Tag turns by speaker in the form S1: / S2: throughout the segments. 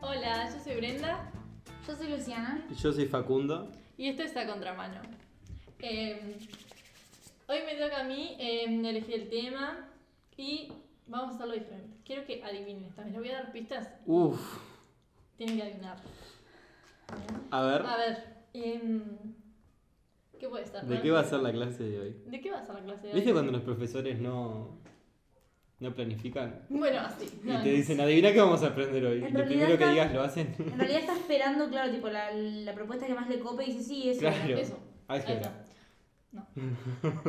S1: Hola, yo soy Brenda
S2: Yo soy Luciana.
S3: Y Yo soy Facundo.
S1: y esto es A Contramano. Eh, hoy me toca a mí eh, elegir el tema y vamos a hacerlo diferente. Quiero que adivinen esta vez. Les voy a dar pistas.
S3: Uf.
S1: Tienen que adivinar.
S3: A ver,
S1: A ver, em, ¿qué puede estar?
S3: ¿de qué va a ser la clase de hoy?
S1: ¿De qué va a ser la clase de hoy?
S3: ¿Viste cuando los profesores no, no planifican?
S1: Bueno, así. no,
S3: Y te
S1: no.
S3: dicen, adivina qué vamos a aprender hoy. Y
S2: En
S3: lo
S2: realidad
S3: primero que
S2: no.
S3: digas lo hacen.
S2: En realidad está esperando, claro, tipo la, la propuesta que más le cope y dice, sí, eso.
S3: Claro.
S1: Eso.
S3: Álgebra.
S1: No.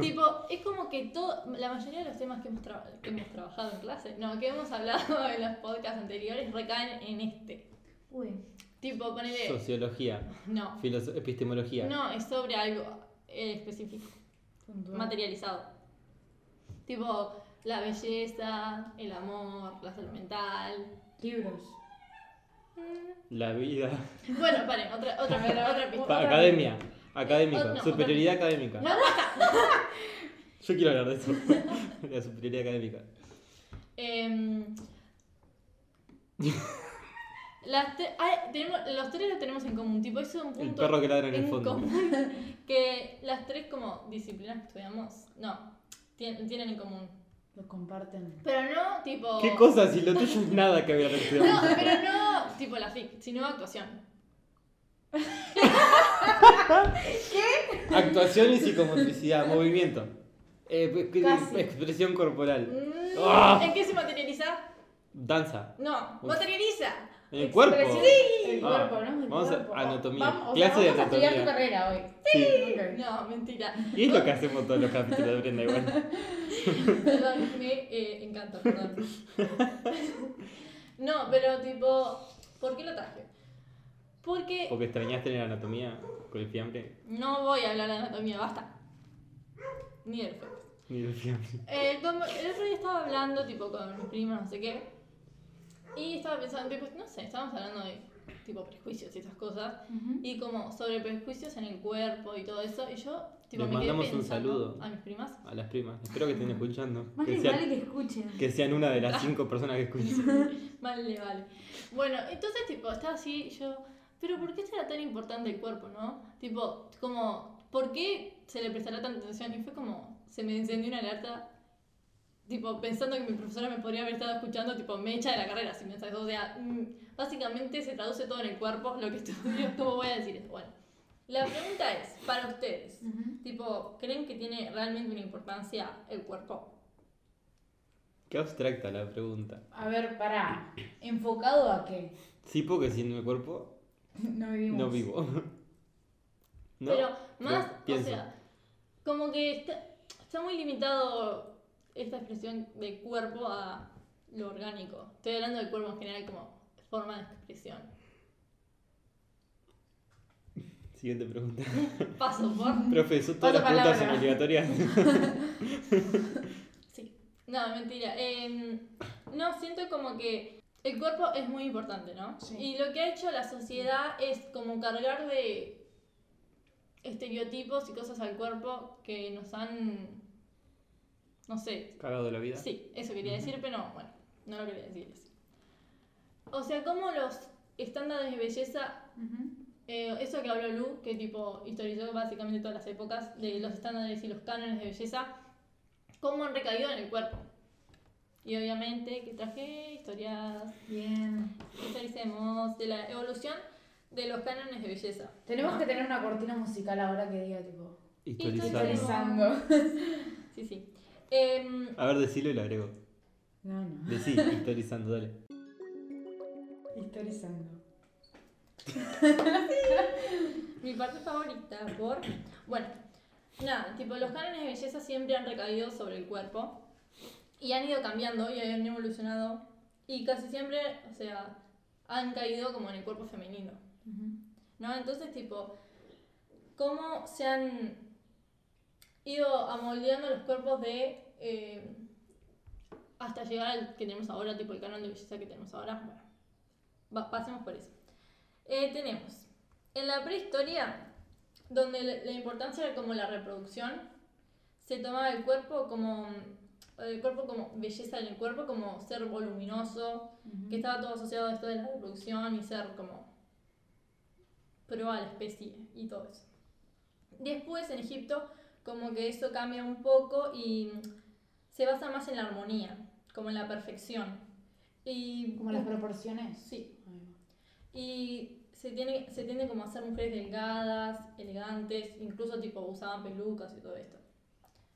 S1: tipo, es como que todo, la mayoría de los temas que hemos, tra- que hemos trabajado en clase, no, que hemos hablado en los podcasts anteriores, recaen en este.
S2: Uy.
S1: Tipo, ponele.
S3: Sociología,
S1: No.
S3: filoso- epistemología.
S1: No, es sobre algo eh, específico, materializado. Tipo, la belleza, el amor, la salud mental.
S2: Libros.
S1: Mm.
S3: La vida.
S1: Bueno, paren, otra, otra, otra, otra
S3: Pa-
S1: pista.
S2: Otra
S3: academia. Académico.
S1: no,
S3: superioridad académica.
S1: No,
S3: Yo quiero hablar de eso. la superioridad académica.
S1: Em, las te- hay- tenemos, los tres lo tenemos en común, tipo, eso es un punto
S3: El perro que ladra en el
S1: en
S3: fondo.
S1: común que las tres como disciplinas que estudiamos, no, tien- tienen en común.
S4: Lo comparten.
S1: Pero no tipo...
S3: ¿Qué cosa? Si lo tuyo es nada que había
S1: Oh. No,
S3: estudiado.
S1: pero no tipo la FIC, sino actuación.
S3: Actuación y psicomotricidad, movimiento. Eh, pues, que-
S4: Casi.
S3: Expresión corporal.
S1: Mm,
S3: ¡Ah!
S1: ¿En qué se materializa?
S3: Danza.
S1: No,
S3: Uf.
S1: materializa.
S3: En el cuerpo.
S4: Expresión. El
S3: Ah,
S4: cuerpo, ¿no? El
S3: vamos a-
S4: cuerpo.
S3: anatomía.
S4: Vamos- o
S3: Clase
S4: sea,
S3: de
S4: vamos a estudiar tu
S3: anatomía.
S4: carrera hoy.
S3: Sí.
S4: Ok.
S1: No, mentira.
S3: Y es lo que hacemos todos los capítulos de Brenda igual.
S1: Perdón, me eh, encanta, perdón. No, pero tipo, ¿por qué lo traje? Porque
S3: Porque extrañaste en anatomía con el fiambre.
S1: no voy a hablar de anatomía, basta. Ni del feto.
S3: Ni el fiambre.
S1: Eh, como- el otro día estaba hablando, tipo, con mis primas, no sé qué. Y estaba pensando, tipo, no sé, estábamos hablando de, tipo, prejuicios y esas cosas.
S2: Ujú.
S1: Y como sobre prejuicios en el cuerpo y todo eso. Y yo, tipo,
S3: Les
S1: me quedé
S3: mandamos un
S1: pensando
S3: saludo.
S1: a mis primas.
S3: A las primas. Espero que estén escuchando.
S2: Más
S3: Que
S2: les vale
S3: sean,
S2: que escuchen.
S3: que sean una de las cinco personas que escuchan.
S1: Vale, vale. Bueno, entonces, tipo, estaba así, y yo, pero ¿por qué será tan importante el cuerpo, no? Tipo, como, ¿por qué se le prestará tanta atención? Y fue como, se me encendió una alerta, tipo, pensando que mi profesora me podría haber estado escuchando, tipo, me echa de la carrera, si me O sea, mm, básicamente se traduce todo en el cuerpo, lo que estudio, ¿cómo voy a decir eso? Bueno, la pregunta es, para ustedes,
S2: Ujú.
S1: tipo, ¿creen que tiene realmente una importancia el cuerpo?
S3: Qué abstracta la pregunta.
S4: A ver, pará. ¿Enfocado a qué?
S3: Sí, porque sin mi cuerpo
S4: No vivimos.
S3: no vivo. ¿No?
S1: Pero más, o
S3: pienso.
S1: sea, como que está, está muy limitado esta expresión de cuerpo a lo orgánico. Estoy hablando del cuerpo en general como forma de expresión.
S3: Siguiente pregunta.
S1: Paso por.
S3: Profe, ¿son todas las
S4: Paso
S3: preguntas son
S4: palabra.
S3: obligatorias?
S1: Sí. No, mentira. Eh, no, siento como que el cuerpo es muy importante, ¿no?
S4: Sí.
S1: Y lo que ha hecho la sociedad es como cargar de estereotipos y cosas al cuerpo que nos han, no sé,
S3: Cagado de la vida.
S1: Sí, eso quería decir, pero no, bueno, no lo quería decir así. O sea, como los estándares de belleza,
S2: Ujú.
S1: eh, eso que habló Lu, que tipo historizó básicamente todas las épocas de los estándares y los cánones de belleza, cómo han recaído en el cuerpo. Y obviamente que traje historias,
S2: Bien.
S1: historicemos de la evolución de los cánones de belleza.
S4: Tenemos que tener una cortina musical ahora que diga, tipo.
S3: Historizando.
S1: Historizando.
S4: Pensando.
S1: Sí, sí. Em,
S3: A ver, decilo y lo agrego.
S4: No, no.
S3: Decí, historizando, dale.
S4: Historizando.
S1: Mi parte favorita por... Bueno, nada, tipo los cánones de belleza siempre han recaído sobre el cuerpo y han ido cambiando y han evolucionado y casi siempre, o sea, han caído como en el cuerpo femenino,
S2: Ujú.
S1: ¿no? Entonces, tipo, ¿cómo se han ido amoldeando los cuerpos de... eh, hasta llegar al que tenemos ahora, tipo el canon de belleza que tenemos ahora? Bueno, va- pasemos por eso. Eh, tenemos en la prehistoria, donde la la importancia era como la reproducción, se tomaba el cuerpo como mm, o del cuerpo como belleza en el cuerpo, como ser voluminoso, que estaba todo asociado a esto de la reproducción y ser como pro a la especie y todo eso. Después en Egipto como que eso cambia un poco y se basa más en la armonía, como en la perfección. Y,
S4: Como las proporciones.
S1: Sí,
S4: Ahí va.
S1: y se tiene, se tiende como a hacer mujeres delgadas, elegantes, incluso tipo usaban pelucas y todo esto.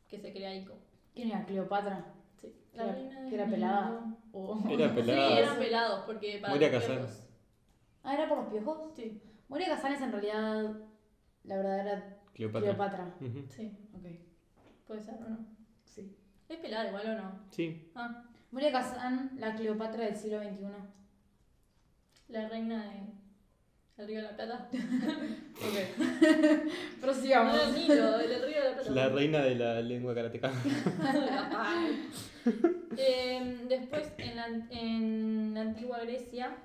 S1: Que se crea ahí como.
S4: ¿Quién era? ¿Cleopatra?
S1: Sí.
S4: Que era-
S1: reina
S4: que era
S1: del
S4: pelada.
S1: Nilo.
S4: O-
S3: Era pelada.
S1: Sí, eran pelados, porque para
S3: Moria
S1: los
S3: Kazan.
S1: piojos.
S4: Ah, ¿era por los piojos?
S1: Sí,
S4: Moria Kazan es en realidad la verdadera
S3: Cleopatra.
S4: Cleopatra.
S3: Ujú.
S1: sí,
S4: Ok,
S1: puede ser o no.
S4: sí.
S1: Es pelada igual o no.
S3: Sí,
S1: Ah,
S4: Moria Kazan, la Cleopatra del siglo XXI.
S1: la reina de. El río de la Plata.
S4: Ok.
S1: No, del
S4: Prosigamos.
S1: Nilo, del río de la Plata. Ah,
S3: la reina de la lengua karateca.
S1: Em, después, en la, en la antigua Grecia,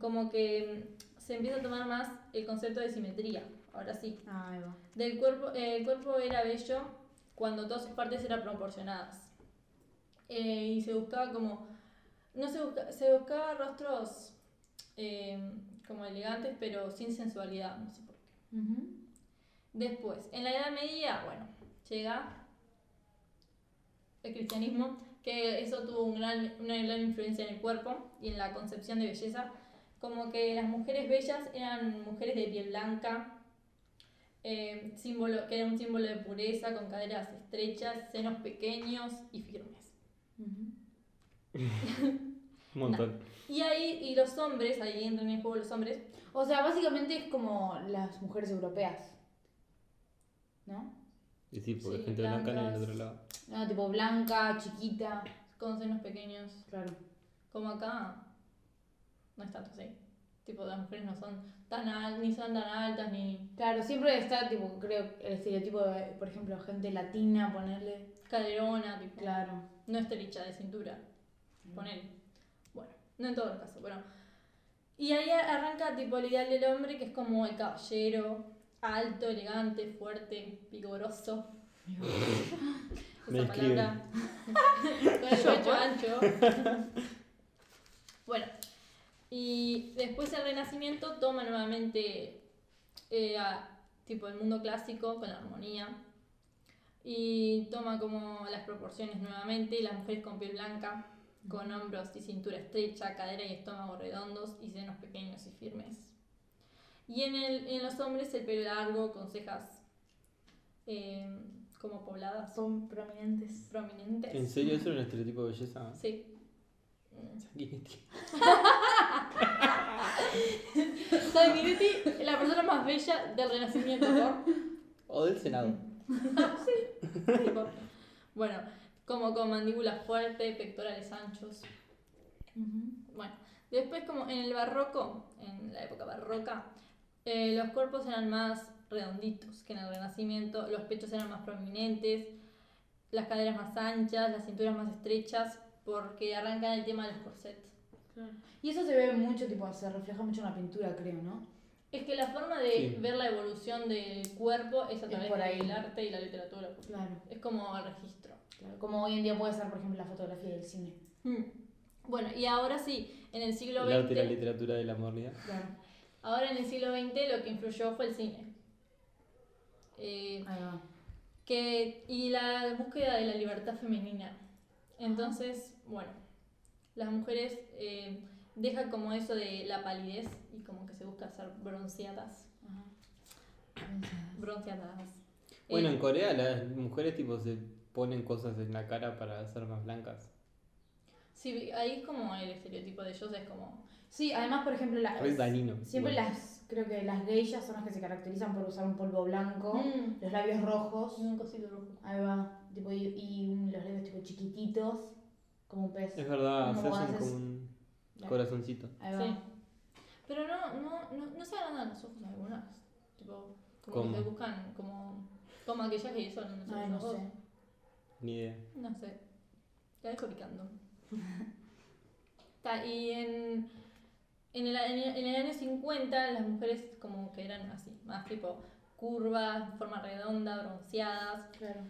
S1: como que mm, se empieza a tomar más el concepto de simetría, ahora sí.
S4: Ah, ahí va.
S1: Del cuerpo, eh, el cuerpo era bello cuando todas sus partes eran proporcionadas. Eh, y se buscaba como... No se, busca- se buscaba rostros em, como elegantes, pero sin sensualidad, no sé por qué.
S4: Ujú.
S1: Después, en la Edad Media, bueno, llega el cristianismo, que eso tuvo un gran- una gran influencia en el cuerpo y en la concepción de belleza. Como que las mujeres bellas eran mujeres de piel blanca, eh, símbolo, que era un símbolo de pureza, con caderas estrechas, senos pequeños y firmes.
S4: Ujú.
S3: Un montón.
S1: Y ahí, y los hombres, ahí entran en juego los hombres,
S4: O sea, básicamente es como las mujeres europeas. ¿No?
S3: Y sí, porque
S1: Sí,
S3: gente blanca en el
S1: blancas.
S3: otro lado.
S4: No, tipo blanca, chiquita.
S1: con senos pequeños,
S4: Claro.
S1: Como acá no es tanto así. Tipo, las mujeres no son tan altas, ni son tan altas, ni
S4: Claro, siempre está, tipo, creo, el estereotipo de, por ejemplo, gente latina, ponerle.
S1: caderona, tipo,
S4: Claro.
S1: no estrecha de cintura. Ponele. Bueno, no en todos los casos, bueno. Y ahí arranca tipo el ideal del hombre, que es como el caballero, alto, elegante, fuerte, vigoroso.
S3: Me
S1: Esa
S3: describe.
S1: palabra. Con el pecho ancho. bueno. Y después el Renacimiento toma nuevamente eh, a- tipo el mundo clásico con la armonía. Y toma como las proporciones nuevamente, y las mujeres con piel blanca, con hombros y cintura estrecha, cadera y estómago redondos y senos pequeños y firmes. Y en, el, en los hombres el pelo largo, con cejas eh, como pobladas,
S4: Son prominentes.
S1: prominentes.
S3: ¿En serio eso era un estereotipo de belleza?
S1: Sí. Mm.
S3: Sanguinetti.
S1: Sanguinetti, la persona más bella del Renacimiento, por
S3: O del Senado.
S1: tipo. Bueno, como con mandíbula fuerte, pectorales anchos. Bueno, después como en el barroco, en la época barroca, eh, los cuerpos eran más redonditos que en el Renacimiento, los pechos eran más prominentes, las caderas más anchas, las cinturas más estrechas, porque arrancan el tema de los corsets.
S4: Y eso se ve mucho, tipo, se refleja mucho en la pintura, creo, ¿no?
S1: Es que la forma de
S3: Sí.
S1: ver la evolución del cuerpo es a
S4: Es
S1: través
S4: por ahí.
S1: del arte y la literatura.
S4: Claro,
S1: Es como el registro.
S4: claro. Como hoy en día puede ser, por ejemplo, la fotografía del cine.
S1: Mm. Bueno, y ahora sí, en el siglo
S3: El arte y la
S1: XX,
S3: literatura de la modernidad.
S4: Claro.
S1: ahora en el siglo XX lo que influyó fue el cine. Eh,
S4: Ahí va.
S1: que, y la búsqueda de la libertad femenina. Entonces, bueno, las mujeres eh, dejan como eso de la palidez y como que se busca ser bronceadas. Bronceadas.
S3: Bueno,
S1: Eh,
S3: en Corea las mujeres tipo se ponen cosas en la cara para ser más blancas.
S1: Sí, ahí es como el estereotipo de ellos, es como...
S4: Sí, además, por ejemplo, la,
S3: Es dañino.
S4: siempre
S3: igual.
S4: las, creo que las geishas son las que se caracterizan por usar un polvo blanco,
S1: Mm,
S4: los labios rojos,
S1: un cosito rojo.
S4: ahí va, tipo, y, y un- los labios tipo chiquititos, como un pez.
S3: Es verdad, se
S4: Como
S3: hacen
S4: haces-
S3: como un
S4: Claro.
S3: corazoncito.
S4: Ahí va.
S1: Sí. Pero no, no, no, no se agrandan los ojos algunas. Tipo, como
S3: ¿Cómo?
S1: que se buscan como, como aquellas que son los
S4: Ay, no
S1: ojos.
S4: sé.
S3: Ni idea.
S1: No sé. La dejo picando. Ta, y en, en, el, año- en el año 50 las mujeres como que eran así, más tipo curvas, forma redonda, bronceadas.
S4: Claro.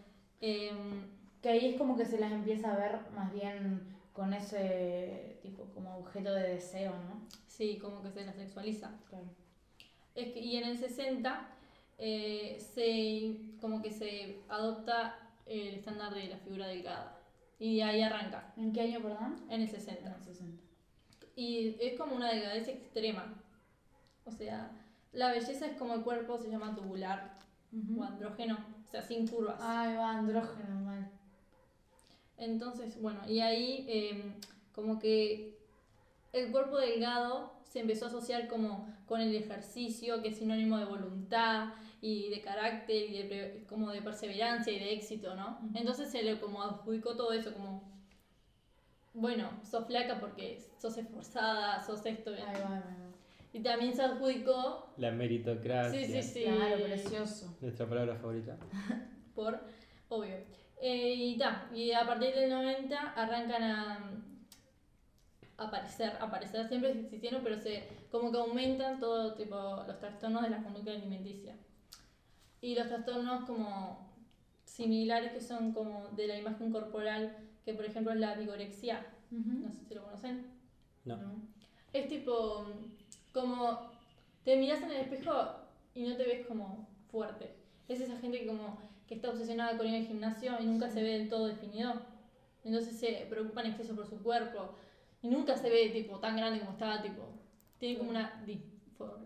S1: Em,
S4: Que ahí es como que se las empieza a ver más bien con ese tipo, como objeto de deseo, ¿no?
S1: Sí, como que se la sexualiza.
S4: Claro.
S1: Es que- y en el 60 eh, se, como que se adopta el estándar de la figura delgada. Y de ahí arranca,
S4: ¿En qué año, perdón?
S1: en el
S4: En el
S1: 60.
S4: 60.
S1: Y es como una delgadez extrema. O sea, la belleza es como el cuerpo se llama tubular o andrógeno, o sea, sin curvas.
S4: Ay, va, andrógeno, mal.
S1: Entonces, bueno, y ahí eh, como que el cuerpo delgado se empezó a asociar como con el ejercicio, que es sinónimo de voluntad y de carácter y de, pre- como de perseverancia y de éxito, ¿no?
S4: Ujú.
S1: Entonces se le como adjudicó todo eso, como, bueno, sos flaca porque sos esforzada, sos esto,
S4: Ahí va, ahí va, ahí va.
S1: y también se adjudicó,
S3: La meritocracia.
S1: sí, sí, sí,
S4: Claro, precioso.
S3: Nuestra palabra favorita.
S1: por obvio. Eh, y ta, y a partir del 90 arrancan a a aparecer, a aparecer siempre existieron, pero se como que aumentan todo tipo los trastornos de la conducta alimenticia. Y los trastornos como similares que son como de la imagen corporal, que por ejemplo es la vigorexia, no sé si lo conocen.
S3: No.
S1: Es tipo, mm, como te miras en el espejo y no te ves como fuerte. Es esa gente que como que está obsesionada con ir al gimnasio y nunca se ve del todo definido. Entonces se preocupan en exceso por su cuerpo y nunca se ve tipo tan grande como estaba, tipo. Tiene como una disfor-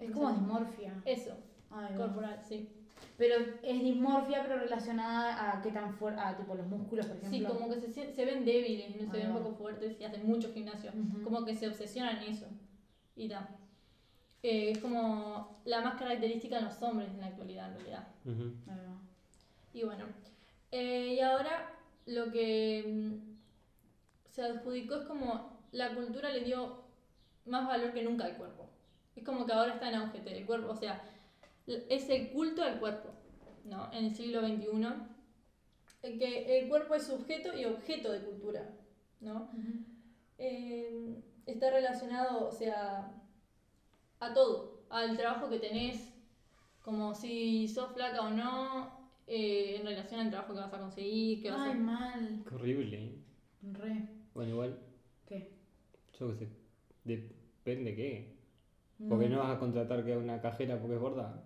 S4: Es como dismorfia.
S1: eso,
S4: Ay, va.
S1: corporal, sí.
S4: Pero es dismorfia, pero relacionada a qué tan fuerte, a tipo los músculos, por
S1: Sí,
S4: ejemplo.
S1: como que se, sien- se ven débiles, no se
S4: Ahí
S1: ven
S4: va.
S1: poco fuertes y hacen mucho gimnasio.
S4: Ujú.
S1: Como que se obsesionan en eso. Y tal. es como la más característica en los hombres en la actualidad, en realidad.
S3: Ujú.
S4: Ahí va.
S1: Y bueno. eh, y ahora lo que mm, se adjudicó es como la cultura le dio más valor que nunca al cuerpo. Es como que ahora está en auge el cuerpo, o sea, l- es el culto al cuerpo, ¿no? En el siglo XXI, en que el cuerpo es sujeto y objeto de cultura, ¿no? eh, está relacionado, o sea, a todo, al trabajo que tenés, como si sos flaca o no, eh, en relación al trabajo que vas a conseguir, que vas
S4: Ay,
S1: a...
S4: mal.
S3: Qué horrible. ¿eh?
S4: Re.
S3: Bueno, igual,
S4: ¿Qué?
S3: yo qué sé. Depende qué. Porque
S4: Mm.
S3: no vas a contratar que a una cajera porque es gorda.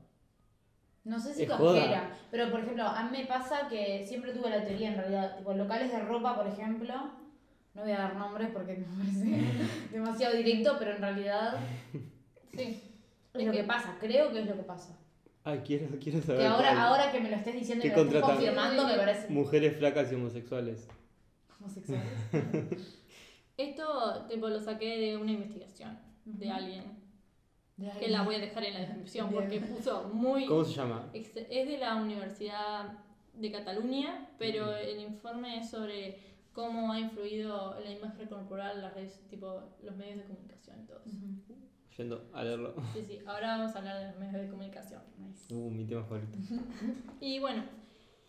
S4: No sé si
S3: Es joda.
S4: cojera, pero por ejemplo, a mí me pasa que siempre tuve la teoría en realidad, tipo locales de ropa, por ejemplo, no voy a dar nombres porque me parece demasiado directo, pero en realidad
S1: Sí.
S4: es lo que pasa, creo que es lo que pasa.
S3: Ay, quiero, quiero saber.
S4: Que
S3: cuál.
S4: ahora, ahora que me lo estés diciendo y
S3: ¿Qué
S4: me lo estés
S3: contratan?
S4: confirmando, me parece
S3: Mujeres flacas y homosexuales.
S4: homosexual.
S1: Esto tipo, lo saqué de una investigación de
S4: Ujú.
S1: alguien,
S4: De
S1: que
S4: alguien.
S1: la voy a dejar en la descripción
S4: Bien.
S1: porque puso muy...
S3: ¿Cómo se llama?
S1: Ex- Es de la Universidad de Cataluña, pero
S3: Ujú.
S1: el informe es sobre cómo ha influido la imagen corporal, las redes, tipo los medios de comunicación y todo eso.
S4: Ujú.
S3: Yendo a leerlo.
S1: Sí, sí, ahora vamos a hablar de los medios de comunicación.
S4: Nice.
S3: Uh, mi tema favorito.
S1: Y bueno,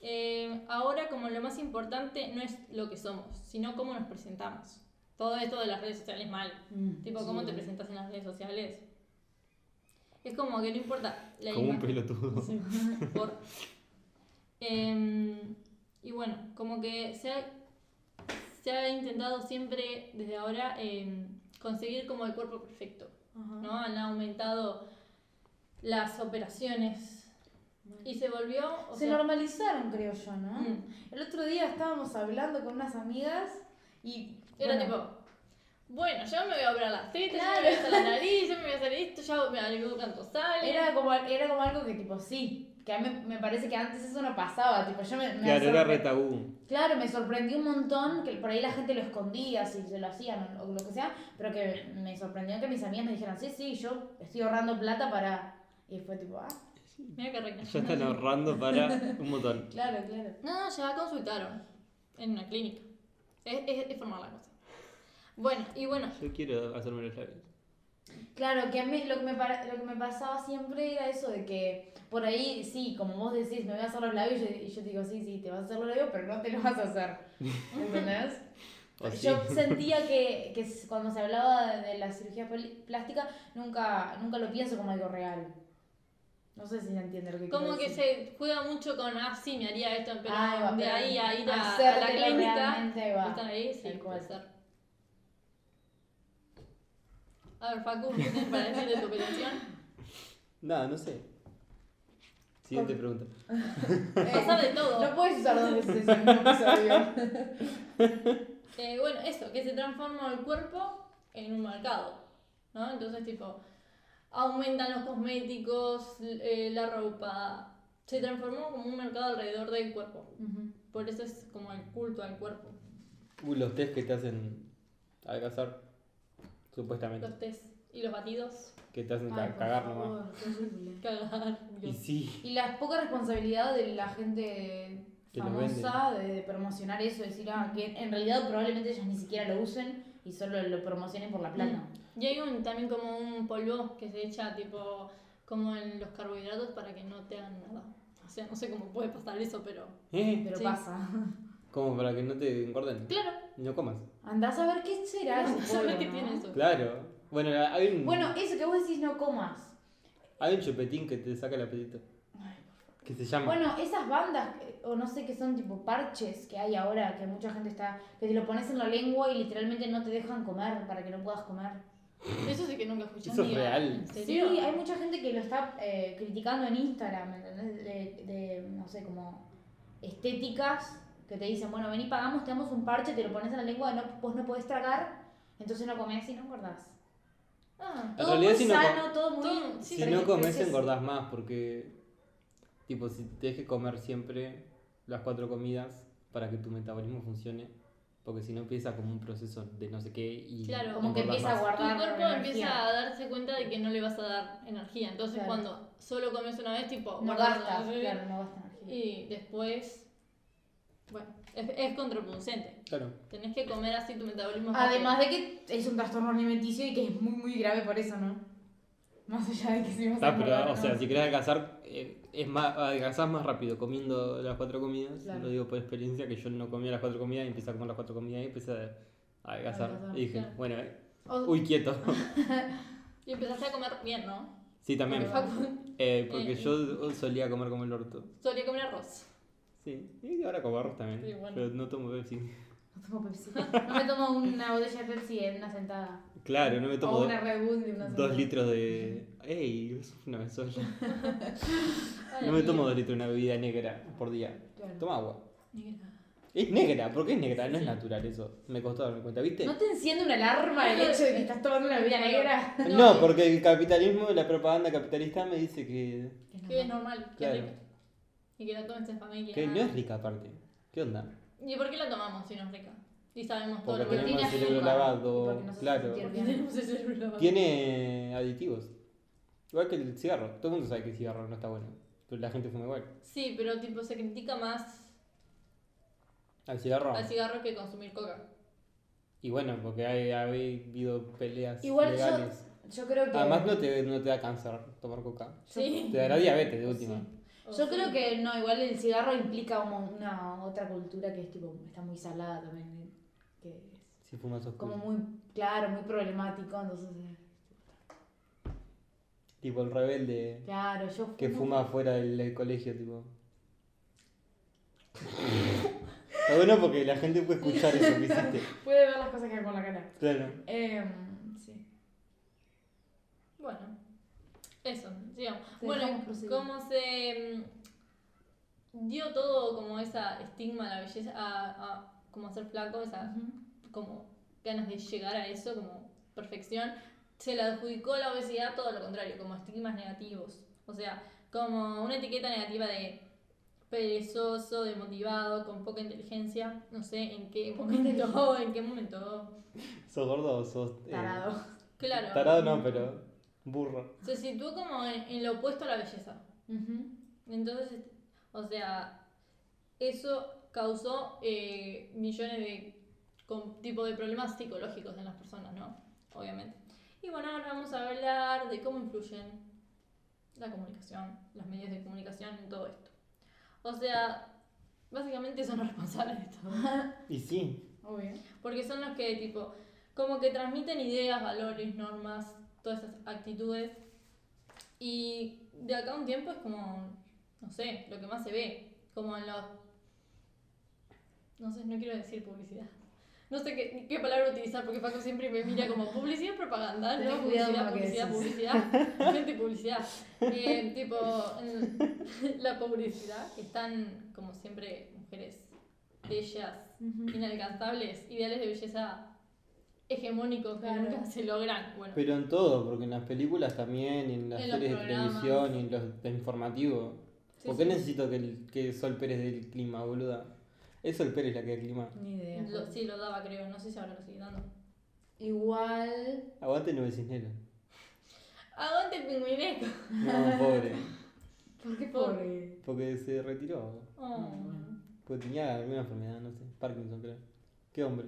S1: eh, ahora como lo más importante no es lo que somos, sino cómo nos presentamos. Todo esto de las redes sociales mal.
S4: Mm,
S1: Tipo, cómo
S4: sí.
S1: te presentas en las redes sociales. Es como que no importa la
S3: Como un
S1: imagen.
S3: pelotudo.
S1: Sí, por- Em, y bueno, como que se ha, se ha intentado siempre desde ahora em, conseguir como el cuerpo perfecto,
S4: Ajá.
S1: ¿no? Han aumentado las operaciones y se volvió... o
S4: Se
S1: sea,
S4: normalizaron, creo yo, ¿no?
S1: mm,
S4: El otro día estábamos hablando con unas amigas y.
S1: era
S4: bueno,
S1: tipo... Bueno, yo me voy a operar las tetas, yo me voy a hacer la nariz, yo me voy a hacer esto, ya me alegro cuánto sale.
S4: Era como, era como algo que tipo, sí, que a mí me parece que antes eso no pasaba, tipo, yo me... me
S3: Claro, era
S4: sorpre-
S3: re tabú.
S4: Claro, me sorprendió un montón, que por ahí la gente lo escondía, si se lo hacían o, o lo que sea, pero que me sorprendió que mis amigas me dijeran, sí, sí, yo estoy ahorrando plata para... Y fue tipo, ah,
S1: Mira qué rica.
S3: Ya están ahorrando para un montón.
S4: claro, claro.
S1: No, ya consultaron en una clínica. Es, es, es formal la cosa. Bueno, y bueno,
S3: Yo quiero hacerme los labios.
S4: Claro, que a mí lo que, me para- lo que me pasaba siempre era eso de que por ahí, sí, como vos decís, me voy a hacer los labios y yo, y yo te digo, sí, sí, te vas a hacer los labios, pero no te los vas a hacer. ¿Entendés?
S3: O sí.
S4: Yo sentía que, que s- cuando se hablaba de, de la cirugía poli- plástica, nunca, nunca lo pienso como algo real. No sé si se entiende lo que
S1: Como
S4: quiero
S1: que
S4: decir.
S1: se juega mucho con, ah, sí, me haría esto, pero
S4: Ahí va,
S1: de
S4: pero
S1: ahí a ir a, a
S4: hacértelo
S1: la clínica.
S4: realmente va.
S1: Están ahí, sí,
S4: Tal cual.
S1: puede ser. A ver, Facu, ¿qué tienes para decir de tu operación?
S3: Nada, no sé. Siguiente pregunta.
S4: Eh,
S1: Pasar de todo.
S4: No puedes usar dos veces en un episodio.
S1: Eh, bueno, eso, que se transforma el cuerpo en un mercado, ¿no? Entonces, tipo, aumentan los cosméticos, l- eh, la ropa. Se transformó como un mercado alrededor del cuerpo. Por eso es como el culto al cuerpo.
S3: Uy, Uh, los test que te hacen alcanzar, supuestamente.
S1: Los test y los batidos.
S3: Que te hacen ca-
S4: Ay, por
S3: cagar nomás.
S4: favor, qué horrible.
S1: Cagar.
S3: Y
S1: Dios.
S3: sí,
S4: Y la poca responsabilidad de la gente
S3: Que lo
S4: famosa de, de promocionar eso, decir, ah, que en realidad probablemente ellas ni siquiera lo usen y solo lo promocionen por la plata.
S1: Y hay un, también como un polvo que se echa, tipo, como en los carbohidratos para que no te hagan nada. O sea, no sé cómo puede pasar eso, pero...
S3: ¿eh?
S4: Pero
S1: Sí.
S4: pasa.
S3: Como para que no te engorden.
S1: Claro,
S3: No comas.
S4: Andás a ver qué será ese
S1: ¿sabes
S4: polvo,
S1: qué
S4: ¿no?
S1: tiene eso?
S3: Claro. Bueno, hay un,
S4: Bueno, eso que vos decís no comas.
S3: hay un chupetín que te saca el apetito. Que se llama.
S4: Bueno, esas bandas, eh, o no sé qué son, tipo parches que hay ahora, que mucha gente está, que te lo pones en la lengua y literalmente no te dejan comer para que no puedas comer.
S1: Eso sí que nunca escuché.
S3: Eso es
S1: ni a-
S3: real.
S1: ¿En
S4: Sí,
S1: serio?
S4: hay mucha gente que lo está eh, criticando en Instagram, ¿entendés? De, de, no sé, como estéticas que te dicen, bueno, vení, pagamos, te damos un parche, te lo pones en la lengua, no, vos no podés tragar, entonces no comés y no engordás.
S1: Ah,
S3: En
S4: Todo
S3: realidad,
S4: muy
S3: si no com-
S4: sano, todo muy...
S1: todo- sí,
S3: si
S4: pero
S3: no
S4: que
S3: comes,
S4: creces-
S3: engordás más. Porque, tipo, si te dejes comer siempre las cuatro comidas para que tu metabolismo funcione. Porque si no empieza como un proceso de no sé qué y.
S1: Claro.
S4: Como que
S3: engordás
S4: empieza a
S3: más.
S1: tu
S4: guardar
S1: cuerpo
S4: energía.
S1: empieza a darse cuenta de que no le vas a dar energía. Entonces,
S4: Claro.
S1: cuando solo comes una vez, tipo,
S4: No
S1: guardas,
S4: gasta,
S1: ¿sí?
S4: claro, no gasta energía.
S1: Y después, bueno, es, es contraproducente.
S3: Claro.
S1: Tenés que comer así tu metabolismo. es
S4: Además de que es un trastorno alimenticio y que es muy, muy grave por eso, ¿no? Más allá de que si vas a
S3: Ah,
S4: engordar
S3: pero, o
S4: no.
S3: sea, si querés alcanzar, eh, es más, alcanzás más rápido comiendo las cuatro comidas.
S4: Claro.
S3: Lo digo por experiencia, que yo no comía las cuatro comidas y empecé a comer las cuatro comidas y empecé a alcanzar.
S4: Adelgazar,
S3: y dije,
S1: claro.
S3: bueno, eh,
S1: rápido. O-
S3: uy, quieto.
S1: y empezaste a comer bien, ¿no?
S3: sí, también.
S1: Porque Facu
S3: Eh, porque
S1: Eh.
S3: yo solía comer como el orto.
S1: solía comer arroz.
S3: Sí, y ahora como arroz también.
S1: Sí, bueno.
S3: Pero no tomo Pepsi.
S4: No tomo Pepsi. No me tomo una botella de Pepsi en una sentada.
S3: Claro, no me tomo
S4: o
S3: do-
S4: una Red Bull de una
S3: dos,
S4: sentada.
S3: litros de. ¡Ey! eso fue Una vez sola.
S1: Ay,
S3: No me
S1: mira.
S3: tomo dos litros de una bebida negra por día.
S4: Claro.
S3: Toma agua.
S1: Mira.
S3: Es negra, ¿por qué es negra? No es natural eso. Me costó darme cuenta, ¿viste?
S4: ¿No te enciende una alarma el hecho de que estás tomando una bebida negra?
S3: No, porque el capitalismo, la propaganda capitalista me dice que,
S1: Que es normal, que
S3: Claro.
S1: rica. Y que la tomes en familia.
S3: que no es rica aparte. ¿Qué onda?
S1: ¿Y por qué la tomamos si no es rica? Y sabemos todo
S3: Porque
S1: lo que
S3: tenemos el
S4: tiene
S3: cerebro
S4: azúcar, y
S3: lavado,
S4: porque nos hace
S3: claro.
S4: sentir-
S1: Porque tenemos el cerebro lavado.
S3: Tiene aditivos. Igual que el cigarro. Todo el mundo sabe que el cigarro no está bueno. Pero la gente fuma igual.
S1: Sí, pero tipo se critica más
S3: Al cigarro.
S1: al cigarro que consumir coca.
S3: Y bueno, porque hay, ha habido peleas
S4: Igual yo-
S3: legales.
S4: Yo creo que.
S3: Además no te, no te da cáncer tomar coca.
S1: Sí.
S3: Te dará diabetes de última.
S1: O
S4: Yo
S1: sí.
S4: creo que no, igual el cigarro implica como una otra cultura que es tipo, está muy salada también, ¿eh? que es
S3: Si fumas oscuro.
S4: como muy, claro, muy problemático, entonces, eh,
S3: Tipo el rebelde
S4: claro, yo
S3: que
S4: fumo.
S3: fuma fuera del, del colegio, tipo. Está bueno porque la gente puede escuchar eso que hiciste.
S4: Puede ver las cosas que hago con la cara.
S3: Claro.
S4: Em, sí.
S1: Bueno. Eso, sigamos.
S4: Te dejamos
S1: bueno,
S4: proseguir.
S1: cómo se mm, dio todo como esa estigma a la belleza, a, a como ser flaco, esa
S4: Ujú.
S1: como ganas de llegar a eso, como perfección, se le adjudicó la obesidad todo lo contrario, como estigmas negativos. O sea, como una etiqueta negativa de perezoso, demotivado, con poca inteligencia, no sé en qué
S4: Poca
S1: momento, en qué momento.
S3: ¿Sos gordo o sos. eh,
S4: Tarado.
S1: Claro.
S3: tarado no, pero. Burro.
S1: Se situó como en, en lo opuesto a la belleza.
S4: Ujú.
S1: Entonces, o sea, eso causó eh, millones de com- tipo de problemas psicológicos en las personas, ¿no? Obviamente. Y bueno, ahora vamos a hablar de cómo influyen la comunicación, los medios de comunicación en todo esto. O sea, básicamente son los responsables de todo.
S3: Y sí.
S4: Obvio.
S1: Porque son los que, tipo, como que transmiten ideas, valores, normas, todas esas actitudes. Y de acá a un tiempo es como, no sé, lo que más se ve. Como en los. No sé, no quiero decir publicidad. No sé qué, qué palabra utilizar porque Paco siempre me mira como publicidad, propaganda,
S4: Tenés
S1: no, publicidad,
S4: cuidado con lo que
S1: publicidad, publicidad, gente publicidad. Eh, tipo, en la publicidad están como siempre mujeres bellas, inalcanzables, ideales de belleza hegemónicos que
S4: Claro.
S1: nunca se logran. Bueno,
S3: Pero en todo, porque en las películas también, y en las
S1: En los
S3: series de
S1: programas.
S3: televisión, y en los de informativo.
S1: Sí,
S3: ¿Por qué
S1: sí.
S3: necesito que, el- que Sol Pérez dé el clima, boluda? Es Sol Pérez la que da el clima.
S4: Ni idea.
S1: lo- sí lo daba, creo, no sé si ahora lo sigue dando.
S4: Igual.
S3: Aguante Nube Cisnero.
S1: Aguante el pingüineco.
S3: No, pobre.
S4: ¿Por qué pobre?
S3: Porque se retiró.
S1: Oh,
S4: Ah, bueno.
S3: Porque tenía alguna enfermedad, no sé. Parkinson, creo. Qué hombre.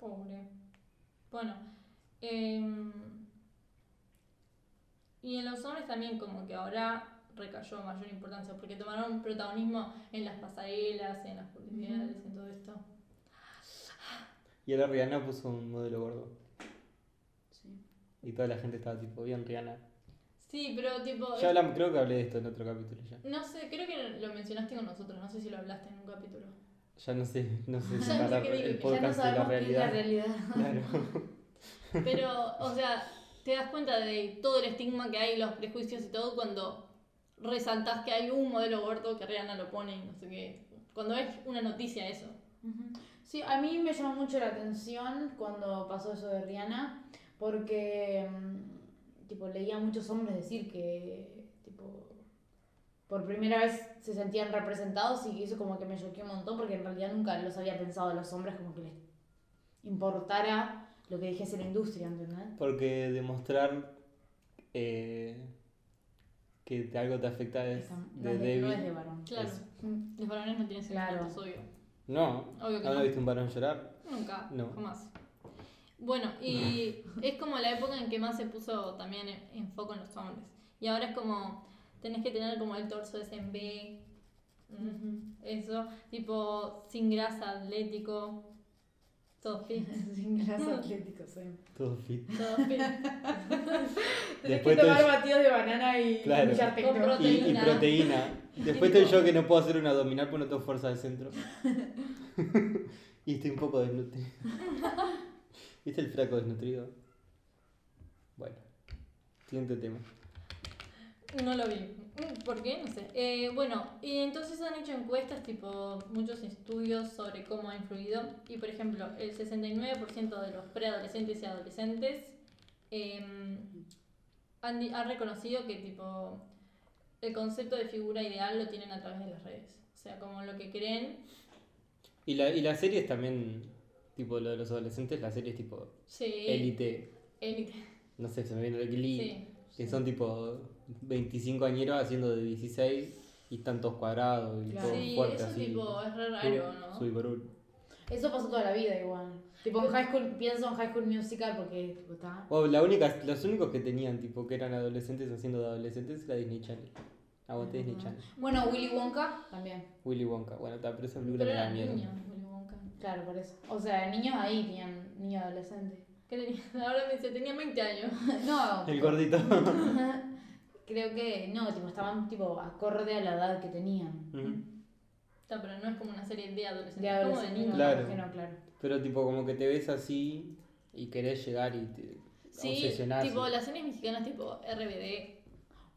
S1: pobre. Bueno. em, y en los hombres también como que ahora recayó mayor importancia porque tomaron protagonismo en las pasarelas, en las publicidades, en todo esto.
S3: Y ahora Rihanna puso un modelo gordo.
S2: Sí.
S3: Y toda la gente estaba tipo, bien Rihanna.
S1: Sí, pero tipo...
S3: Ya
S1: es-
S3: hablamos, creo que hablé de esto en otro capítulo ya.
S1: No sé, creo que lo mencionaste con nosotros, no sé si lo hablaste en un capítulo.
S3: Ya no sé, no sé
S1: Ya no sé
S3: separar
S1: qué digo, ya
S4: Ya
S3: el
S4: no
S3: podcast de la
S4: sabemos qué es la
S3: realidad.
S4: realidad.
S3: Claro.
S1: Pero, o sea, te das cuenta de todo el estigma que hay, los prejuicios y todo cuando resaltas que hay un modelo gordo que Rihanna lo pone y no sé qué. Cuando es una noticia eso.
S4: Ujú. Sí, a mí me llamó mucho la atención cuando pasó eso de Rihanna, porque mm, tipo leía a muchos hombres decir que tipo por primera vez se sentían representados y eso como que me choqueó un montón porque en realidad nunca los había pensado a los hombres como que les importara lo que dijese la industria, ¿entendés?
S3: Porque demostrar eh, que te- algo te afecta es
S4: Esa- no,
S3: de
S4: es de- no es de
S3: débil.
S4: varón.
S1: Claro.
S3: Eso.
S1: Los varones no tienen
S4: Claro.
S1: sentimientos, obvio.
S3: No,
S1: Obvio que
S3: ¿no
S1: no.
S3: viste un varón llorar?
S1: Nunca,
S3: No.
S1: jamás. Bueno, y es como la época en que más se puso también en, en foco en los hombres. Y ahora es como, tenés que tener como el torso ese en B, mm, eso, tipo sin grasa, atlético, todo fit.
S4: Sin grasa atlético, sí.
S3: Todo fit.
S1: Todo fit.
S4: Tenés que
S3: Después te-
S4: tomar batidos de banana y
S3: Claro.
S4: humillarte,
S1: Con
S4: creo.
S3: Y, y
S1: Proteína.
S3: proteína. Después
S1: tipo-
S3: estoy yo que no puedo hacer una abdominal porque no tengo fuerza de centro. y estoy un poco desnutrido. ¿Viste el fraco desnutrido? Bueno, siguiente tema.
S1: No lo vi. Mm, ¿Por qué? No sé. Eh, bueno, y entonces han hecho encuestas, tipo muchos estudios sobre cómo ha influido. Y por ejemplo, el 69% de los preadolescentes y adolescentes eh, han, di- han reconocido que tipo el concepto de figura ideal lo tienen a través de las redes. O sea, como lo que creen.
S3: Y, la, y las series también, tipo lo de los adolescentes, las series tipo
S1: Sí.
S3: élite,
S1: Élite.
S3: no sé, se me viene el Glee,
S1: Sí.
S3: que son tipo 25 añeros haciendo de 16 y están todos cuadrados y
S4: Claro.
S3: todo
S1: Sí,
S3: fuerte
S1: eso
S3: así.
S1: tipo es re
S3: Tú,
S1: raro, ¿no?
S3: Soy varón.
S4: Eso pasó toda la vida igual. Tipo en high school, pienso en high school musical porque tipo está.
S3: O la única, los únicos que tenían, tipo, que eran adolescentes haciendo de adolescentes, era Disney Channel. Aguante Disney Channel.
S4: Bueno, Willy Wonka también.
S3: Willy Wonka. Bueno, está, pero esa película
S1: Pero
S3: me da
S1: eran
S3: miedo.
S1: niños, Willy Wonka.
S4: Claro, por eso. O sea, niños ahí tenían niño adolescente.
S1: ¿Qué tenía? Ahora me dice, tenía 20 años.
S4: No,
S3: El gordito.
S4: creo que no, tipo estaban tipo acorde a la edad que tenían.
S3: Ujú.
S1: Está, pero no es como una serie de adolescentes,
S4: De
S1: es como de
S4: adolescente,
S1: niños.
S4: no,
S3: Claro.
S4: que no, claro.
S3: pero, tipo, como que te ves así y querés llegar y te
S1: Sí,
S3: obsesionás.
S1: tipo las series mexicanas tipo RBD.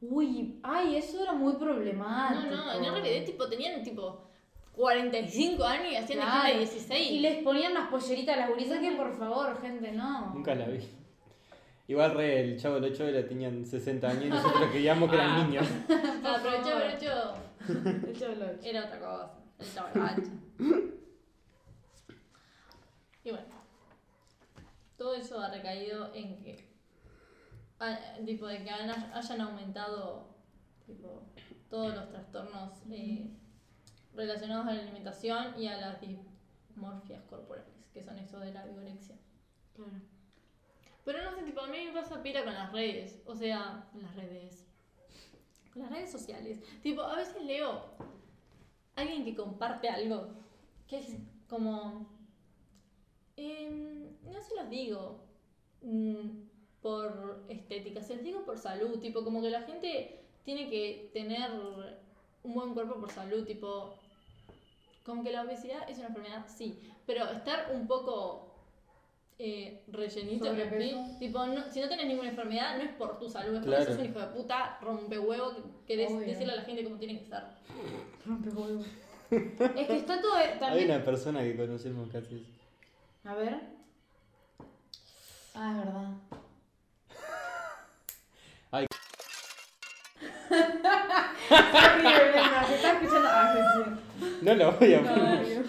S4: Uy, ay, eso era muy
S1: No,
S4: problemático.
S1: no, en RBD tipo tenían tipo 45 años y hacían de gente de
S4: Claro. Y
S1: 16.
S4: les ponían las polleritas a las gurisas que por favor, gente, no.
S3: Nunca la vi. Igual re, el Chavo del 8 era, tenían 60 años y nosotros creíamos que
S2: Ah.
S3: eran niños.
S1: Ah, pero el Chavo del Ocho
S4: El cholo.
S1: era otra cosa. El Chavo del Ocho. Y bueno. Todo eso ha recaído en que ah, tipo de que han- hayan aumentado tipo, todos los trastornos eh, relacionados a la alimentación y a las dismorfias corporales, que son esto de la vigorexia.
S4: Claro.
S1: Pero no sé, tipo, a mí me pasa pila con las redes. O sea, con las redes. Con las redes sociales. Tipo, a veces leo alguien que comparte algo que es como. em, no se los digo mm, por estética, se los digo por salud. Tipo, como que la gente tiene que tener un buen cuerpo por salud, tipo, como que la obesidad es una enfermedad, sí, pero estar un poco eh, rellenito,
S4: Sobrepeso.
S1: ¿sí? tipo, no- si no tenés ninguna enfermedad, no es por tu salud, es
S3: Claro.
S1: porque sos un hijo de puta, rompe huevo, que querés
S4: Obvio.
S1: decirle a la gente cómo tiene que estar.
S4: Rompe huevo. es que está todo. e-, También...
S3: Hay una persona que conocemos que hace eso.
S4: A ver. Ah, es verdad.
S3: Ay.
S4: Sorry, Brenda, se está escuchando. Ah, sí, sí.
S3: No lo voy a poner.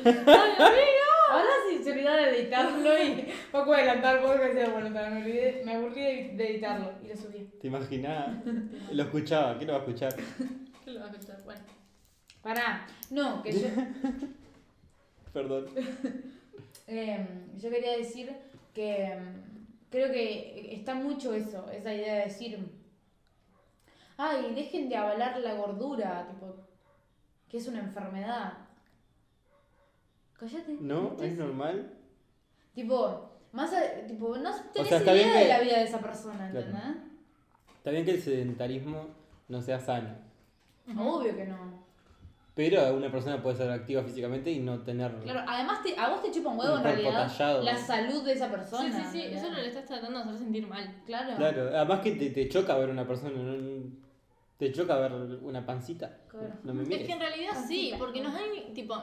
S4: Ahora sí se olvidó de editarlo y poco adelantar poco que decía, bueno, para me olvidé, me aburrí de, de editarlo y lo subí.
S3: ¿Te imaginás? Lo escuchaba, ¿quién lo va a escuchar?
S1: ¿Qué lo vas a escuchar? Bueno.
S4: Pará, no, que yo,
S3: Perdón.
S4: em, yo quería decir que em, creo que está mucho eso, esa idea de decir, ay, dejen de avalar la gordura, tipo, que es una enfermedad. Cállate.
S3: ¿No?
S4: te
S3: ¿Es
S4: hace-
S3: normal?
S4: Tipo, más a- tipo, no tenés
S3: sea, está
S4: idea
S3: bien
S4: de
S3: que-
S4: la vida de esa persona,
S3: Claro.
S4: ¿entendés?
S3: Está bien que el sedentarismo no sea sano,
S4: Obvio que no.
S3: pero una persona puede ser activa físicamente y no tener...
S4: Claro, además te- a vos te chupa un huevo
S3: Un
S4: en
S3: cuerpo
S4: realidad
S3: tallado.
S4: la salud de esa
S1: Sí,
S4: persona.
S1: sí, sí, eso
S4: ¿entendés?
S1: no le estás tratando de hacer sentir mal.
S4: Claro.
S3: Claro, además que te, te choca ver una persona, ¿no? te choca ver una pancita.
S4: Claro.
S3: No me
S1: Es que en
S3: mires.
S1: realidad sí,
S4: Así,
S1: porque nos han, tipo,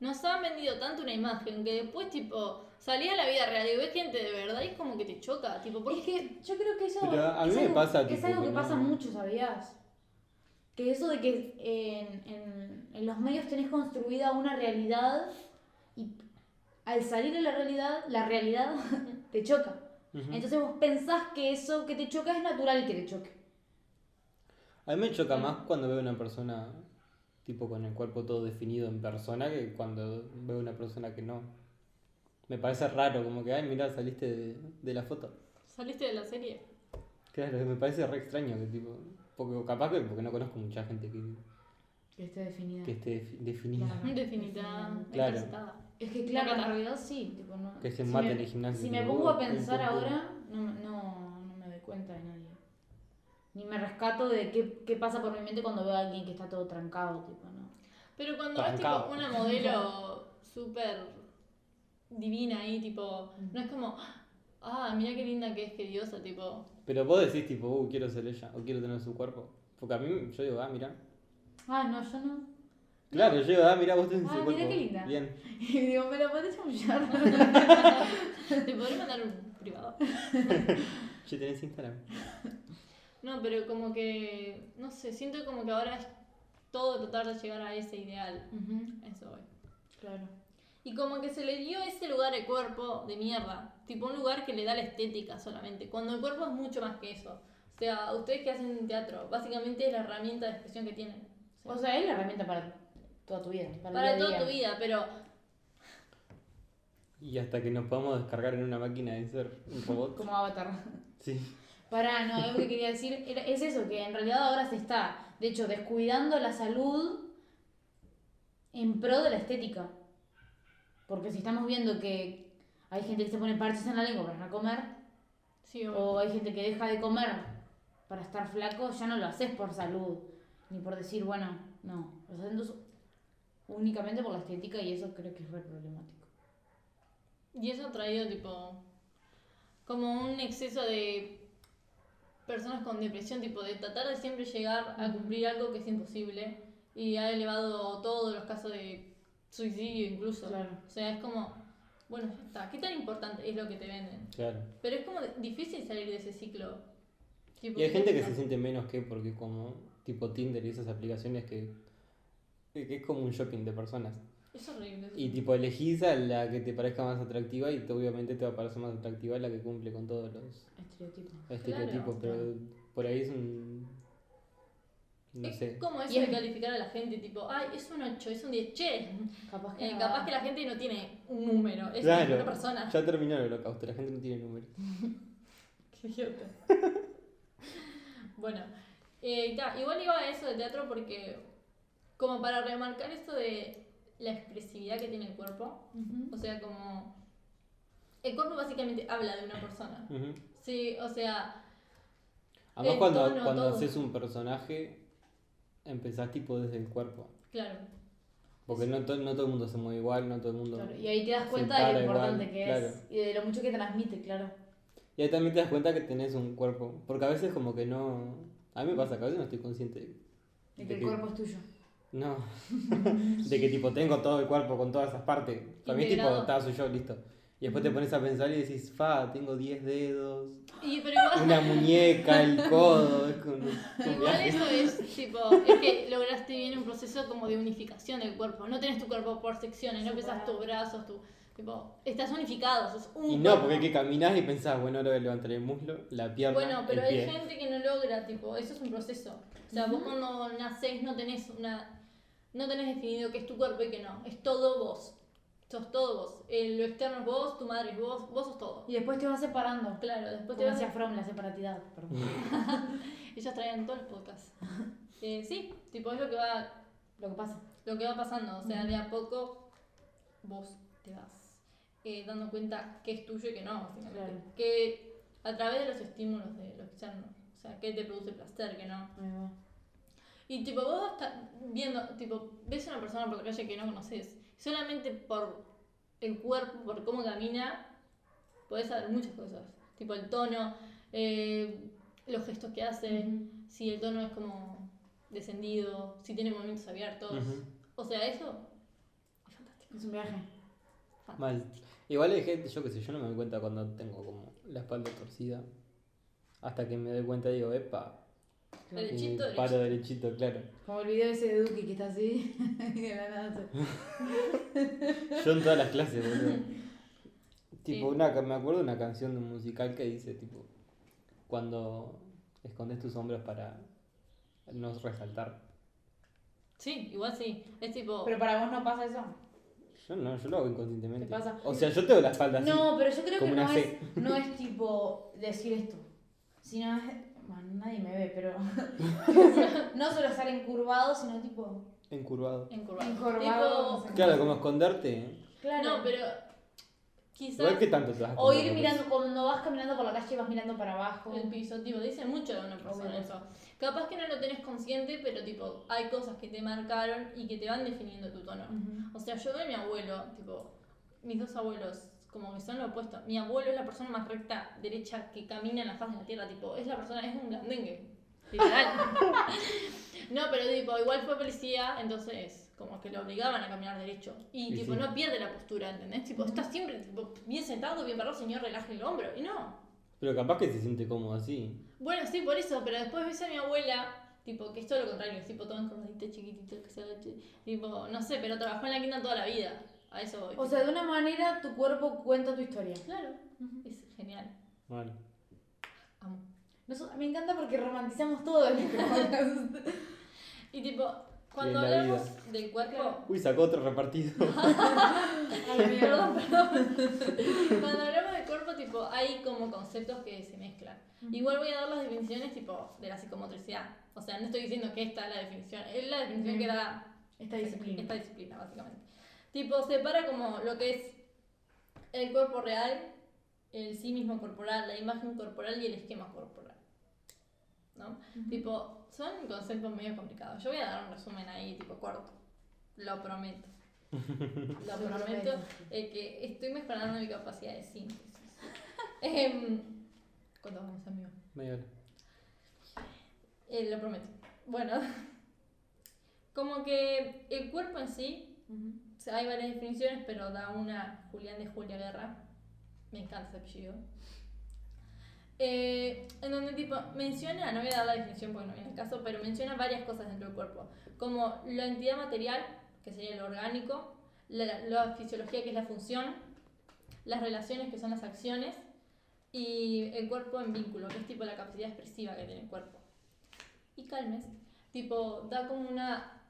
S1: nos han vendido tanto una imagen que después, tipo, salí a la vida real y ves gente de verdad y es como que te choca, tipo, ¿por
S4: Es que yo creo que eso
S3: Pero a mí
S4: es
S3: me
S4: algo,
S3: pasa,
S4: es
S3: tipo,
S4: algo
S3: que
S4: que
S3: no-
S4: pasa mucho, ¿sabías? Que eso de que en, en- en los medios tenés construida una realidad y al salir de la realidad, la realidad te choca.
S3: Ujú.
S4: Entonces vos pensás que eso que te choca es natural que te choque.
S3: A mí me choca más cuando veo una persona tipo con el cuerpo todo definido en persona que cuando veo una persona que no. Me parece raro, como que, ay, mira, saliste de, de la foto.
S1: saliste de la serie?
S3: Claro, me parece re extraño que tipo, porque capaz que porque no conozco mucha gente que,
S4: Que esté definida.
S3: que esté defi- definida,
S4: Claro.
S1: Definida,
S3: Claro.
S1: ejercitada.
S4: Es que claro, en
S1: Nada.
S4: realidad sí, tipo, no.
S3: que se
S4: si
S3: mate
S4: me-
S3: en el gimnasio.
S4: Si me
S3: tipo,
S4: pongo a
S3: "Oh, un
S4: pensar
S3: poco".
S4: ahora, no, me- no, no me doy cuenta de nadie. Ni me rescato de qué, qué pasa por mi mente cuando veo a alguien que está todo trancado, tipo, ¿no?
S1: Pero cuando ves tipo
S3: Trancado.
S1: una modelo súper divina ahí, tipo,
S4: Mm.
S1: no es como, ah, mira qué linda que es, qué diosa, tipo,
S3: Pero vos decís tipo, uh, quiero ser ella o quiero tener su cuerpo. Porque a mí yo digo, ah, mira.
S4: Ah, no, yo no.
S3: Claro, yo digo, ah, mira, vos tenés
S4: Ah,
S3: su
S4: mirá
S3: cuerpo.
S4: qué linda.
S3: Bien.
S4: Y digo, me la podés chamullar.
S1: te podré mandar un privado.
S3: Che, tenés Instagram.
S1: No, pero como que, no sé, siento como que ahora es todo tratar de llegar a ese ideal.
S4: Ujú,
S1: Eso voy.
S4: claro.
S1: Y como que se le dio ese lugar al cuerpo de mierda. Tipo un lugar que le da la estética solamente. Cuando el cuerpo es mucho más que eso. O sea, ustedes que hacen teatro, básicamente es la herramienta de expresión que tienen.
S4: O sea, es la herramienta para toda tu vida. Para,
S1: Para
S4: el día a
S1: toda tu
S4: día.
S1: vida, pero
S3: Y hasta que nos podamos descargar en una máquina de ser un robot.
S4: Como avatar.
S3: Sí.
S4: Pará, no, algo que quería decir era- es eso, que en realidad ahora se está, de hecho, descuidando la salud en pro de la estética. Porque si estamos viendo que hay gente que se pone parches en la lengua para no comer,
S1: sí, o-
S4: o hay gente que deja de comer para estar flaco, ya no lo haces por salud, ni por decir, bueno, no, lo haces entonces únicamente por la estética y eso creo que es re problemático.
S1: y eso ha traído tipo como un exceso de personas con depresión, tipo de tratar de siempre llegar a cumplir algo que es imposible y ha elevado todos los casos de suicidio incluso.
S4: Claro.
S1: O sea, es como, bueno, ya está, ¿qué tan importante es lo que te venden?
S3: Claro.
S1: Pero es como de- difícil salir de ese ciclo. Tipo,
S3: Y hay
S1: ¿qué
S3: gente que
S1: pasa?
S3: se siente menos que porque como tipo Tinder y esas aplicaciones que, que es como un shopping de personas.
S1: Es horrible. eso.
S3: Y tipo elegís a la que te parezca más atractiva y te- obviamente te va a parecer más atractiva la que cumple con todos los
S4: Estereotipo.
S3: estereotipos, pero por ahí es un... No
S1: es
S3: sé.
S1: como eso
S4: Y
S1: de
S4: es-
S1: calificar a la gente, tipo, ay, es un 8, es un 10, che,
S4: Capaz que,
S1: Eh,
S4: no.
S1: capaz que la gente no tiene un número, es
S3: Claro.
S1: una persona.
S3: Ya terminó el holocausto, la gente no tiene números.
S1: Qué idiota. bueno, eh, ta, igual iba a eso de teatro porque, como para remarcar esto de la expresividad que tiene el cuerpo,
S4: Ujú.
S1: o sea, como. El cuerpo básicamente habla de una persona.
S3: Ujú.
S1: Sí, o sea,
S3: Además,
S1: El
S3: cuando,
S1: tono,
S3: cuando
S1: todo.
S3: haces un personaje, empezás tipo desde el cuerpo.
S1: Claro.
S3: Porque no, to- no todo el mundo se mueve igual, no todo el mundo.
S4: Claro, Y ahí te das
S3: Se
S4: cuenta de lo
S3: para igual,
S4: importante que
S3: claro.
S4: es y de lo mucho que transmite, claro.
S3: Y ahí también te das cuenta que tenés un cuerpo. Porque a veces, como que no. A mí me pasa que a veces no estoy consciente
S4: De que el cuerpo es tuyo.
S3: No. de que tipo tengo todo el cuerpo con todas esas partes. Para mí tipo,
S1: Integrado.
S3: estaba soy yo, listo. Y después te pones a pensar y decís, fa, tengo 10 dedos,
S1: Y, pero igual,
S3: una muñeca, el codo. Es como, un
S1: igual
S3: viaje.
S1: eso es tipo, es que lograste bien un proceso como de unificación del cuerpo. No tenés tu cuerpo por secciones, no pesas tus brazos, tu. Tipo, estás unificado, sos un.
S3: Y no,
S1: cuerpo.
S3: porque es que caminás y pensás, bueno, ahora voy a levantar el muslo, la pierna,
S1: Bueno, pero
S3: el
S1: hay
S3: pie.
S1: gente que no logra, tipo, eso es un proceso. O sea, vos cuando nacés no tenés una. No tenés definido qué es tu cuerpo y qué no. Es todo vos. Sos todo vos. Eh, lo externo es vos, tu madre es vos, vos sos todo.
S4: Y después te vas separando.
S1: Claro, después te
S4: Como
S1: vas
S4: decía From, la separatidad. Perdón.
S1: Ellas traían todos los podcasts. Eh, sí, tipo, es lo que va.
S4: lo que pasa.
S1: Lo que va pasando. O sea, de a poco vos te vas eh, dando cuenta qué es tuyo y qué no, finalmente.
S4: Claro.
S1: Que a través de los estímulos de lo externo. O sea, qué te produce placer, qué no.
S4: Ahí va.
S1: Y tipo, vos estás viendo, tipo, ves a una persona por la calle que no conoces, solamente por el cuerpo, por cómo camina, podés saber muchas cosas. Tipo el tono, eh, los gestos que hace, si el tono es como descendido, si tiene movimientos abiertos.
S3: Ujú.
S1: O sea, eso es fantástico.
S4: Es un viaje.
S3: Mal. Igual hay gente, yo qué sé, yo no me doy cuenta cuando tengo como la espalda torcida. Hasta que me doy cuenta y digo, epa.
S4: Claro.
S3: y
S1: Derechito,
S3: me paro derechito, claro.
S4: Como el video ese de Duki que está así. y de la nada se-
S3: Yo en todas las clases, boludo. tipo,
S1: Sí.
S3: una, ca- me acuerdo de una canción de un musical que dice, tipo, cuando escondes tus hombros para no resaltar.
S1: Sí, igual sí. Es tipo,
S4: Pero para vos no pasa eso.
S3: Yo no, yo lo hago inconscientemente.
S4: ¿Te pasa?
S3: O sea, yo tengo la espalda así.
S4: No, pero yo creo
S3: como
S4: que
S3: una
S4: no
S3: C.
S4: es, no es tipo decir esto. Sino es. Bueno, nadie me ve, pero. no solo estar encurvado, sino tipo.
S3: Encurvado.
S1: encorvado.
S4: Encorvado,
S1: Tipo,
S4: no sé.
S3: Claro, como esconderte. ¿eh?
S4: Claro.
S1: no, pero quizás
S3: Igual que tanto te vas a
S4: O
S3: esconder,
S4: ir
S3: porque-
S4: mirando, cuando vas caminando por la calle vas mirando para abajo.
S1: el piso, tipo, dice mucho de una persona
S4: Obvio.
S1: eso. Capaz que no lo tenés consciente, pero tipo, hay cosas que te marcaron y que te van definiendo tu tono.
S4: Ujú.
S1: O sea, yo veo a mi abuelo, tipo, mis dos abuelos, como que son lo opuesto. Mi abuelo es la persona más recta, derecha, que camina en la faz de la tierra, tipo, es la persona, es un blandengue, literal. no, pero tipo, igual fue policía, entonces como que lo obligaban a caminar derecho. Y
S3: Y
S1: tipo,
S3: sí.
S1: no pierde la postura, ¿entendés? Tipo, está siempre tipo, bien sentado, bien parado, señor, relaje el hombro. Y no,
S3: Pero capaz que se siente cómodo así.
S1: bueno, sí, por eso, pero después ves a mi abuela, tipo, que es todo lo contrario, es tipo todo encorvadito, chiquitito, que se agache. Tipo, no sé, pero trabajó en la quinta toda la vida. A eso voy.
S4: O sea, de una manera tu cuerpo cuenta tu historia.
S1: claro, es genial.
S3: Bueno.
S1: Amo.
S4: Nos- me encanta porque romantizamos todo en este podcast.
S1: Y tipo, cuando
S3: Y en la
S1: hablamos del cuerpo.
S3: Uy, sacó otro repartido.
S4: Ay, mira.
S1: Perdón, perdón. Cuando hablamos del cuerpo, tipo, hay como conceptos que se mezclan. Igual voy a dar las definiciones, tipo, de la psicomotricidad. O sea, no estoy diciendo que esta es la definición, es la definición que da
S4: Esta disciplina.
S1: Esta disciplina, básicamente. Tipo, separa como lo que es el cuerpo real, el sí mismo corporal, la imagen corporal y el esquema corporal. ¿No? Tipo, son conceptos medio complicados. Yo voy a dar un resumen ahí, tipo corto. Lo prometo. Lo
S4: Lo
S1: prometo.
S4: prometo.
S1: eh, que estoy mejorando mi capacidad de síntesis. Em, ¿Cuánto vamos, amigo?
S3: Medio hora.
S1: Eh, lo prometo. Bueno, como que el cuerpo en sí
S4: Ujú.
S1: o sea, hay varias definiciones, pero da una Julián de Julia Guerra. Me encanta ese apellido. Eh, en donde tipo menciona, no voy a dar la definición porque no viene el caso, pero menciona varias cosas dentro del cuerpo, como la entidad material, que sería lo orgánico, la, la fisiología, que es la función, las relaciones, que son las acciones, y el cuerpo en vínculo, que es tipo la capacidad expresiva que tiene el cuerpo. Y Calmes, tipo, da como una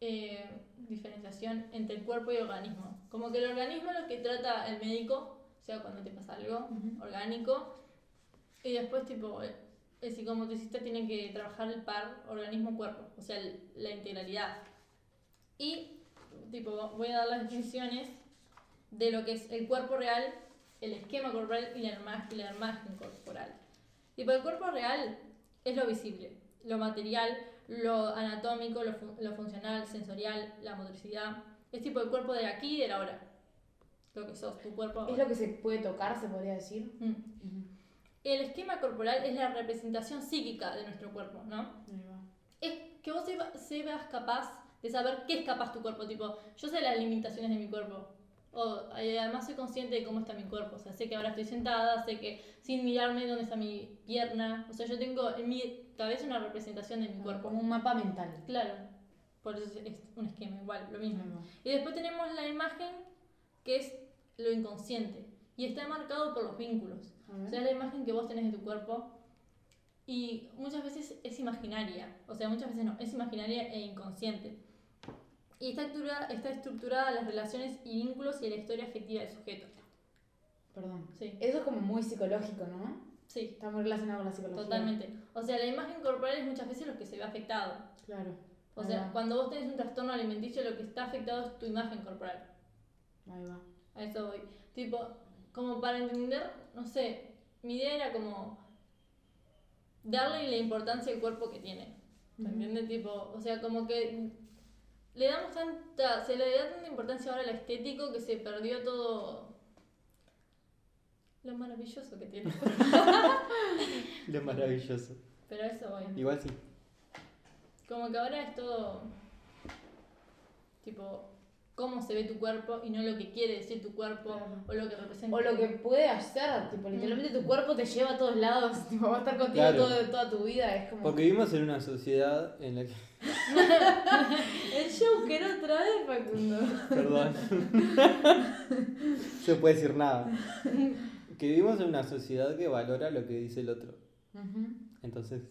S1: eh, diferenciación entre el cuerpo y el organismo. Como que el organismo es lo que trata el médico, o sea, cuando te pasa algo
S4: Ujú.
S1: orgánico. Y después, tipo, el, el psicomotricista tiene que trabajar el par organismo-cuerpo, o sea, el- la integralidad. Y, tipo, voy a dar las definiciones de lo que es el cuerpo real, el esquema corporal y la, ima- y la imagen corporal. Tipo, el cuerpo real es lo visible, lo material, lo anatómico, lo, fu- lo funcional, sensorial, la motricidad. Es tipo el cuerpo de aquí y de la hora. Lo que sos, tu cuerpo.
S4: Es
S1: ahora.
S4: lo que se puede tocar, se podría decir.
S1: Mm. El esquema corporal es la representación psíquica de nuestro cuerpo, ¿no?
S4: Ahí va.
S1: Es que vos seba- seas capaz de saber qué es capaz tu cuerpo. Tipo, yo sé las limitaciones de mi cuerpo. O, eh, además soy consciente de cómo está mi cuerpo. O sea, sé que ahora estoy sentada, sé que sin mirarme dónde está mi pierna. O sea, yo tengo en mi cabeza una representación de mi cuerpo.
S4: Como un mapa mental.
S1: Claro. Por eso es- es un esquema, igual, lo mismo.
S4: Ahí va.
S1: Y después tenemos la imagen, que es lo inconsciente. Y está marcado por los vínculos.
S4: A ver.
S1: O sea, es la imagen que vos tenés de tu cuerpo. Y muchas veces es imaginaria. O sea, muchas veces no. Es imaginaria e inconsciente. Y está estructurada, está estructurada las relaciones y vínculos y la historia afectiva del sujeto.
S4: Perdón.
S1: Sí,
S4: Eso es como muy psicológico, ¿no?
S1: sí,
S4: Está muy relacionado con la psicología.
S1: totalmente. O sea, la imagen corporal es muchas veces lo que se ve afectado.
S4: Claro.
S1: O
S4: Ahí
S1: sea,
S4: va.
S1: cuando vos tenés un trastorno alimenticio, lo que está afectado es tu imagen corporal.
S4: Ahí va.
S1: A eso voy. Tipo, como para entender, no sé, mi idea era como darle la importancia al cuerpo que tiene. ¿Me
S4: Ujú.
S1: entiendes? Tipo, o sea, como que le damos tanta, se le da tanta importancia ahora al estético que se perdió todo lo maravilloso que tiene.
S3: Lo maravilloso.
S1: Pero a eso voy.
S3: Igual sí.
S1: Como que ahora es todo, tipo, cómo se ve tu cuerpo y no lo que quiere decir tu cuerpo
S4: Claro.
S1: o lo que representa.
S4: O lo que puede hacer, tipo, literalmente tu cuerpo te lleva a todos lados, tipo, va a estar contigo
S3: Claro.
S4: todo- toda tu vida, es como...
S3: Porque vivimos en una sociedad en la que.
S4: El show que no trae Facundo.
S3: Perdón. Se puede decir nada. Que vivimos en una sociedad que valora lo que dice el otro. Entonces,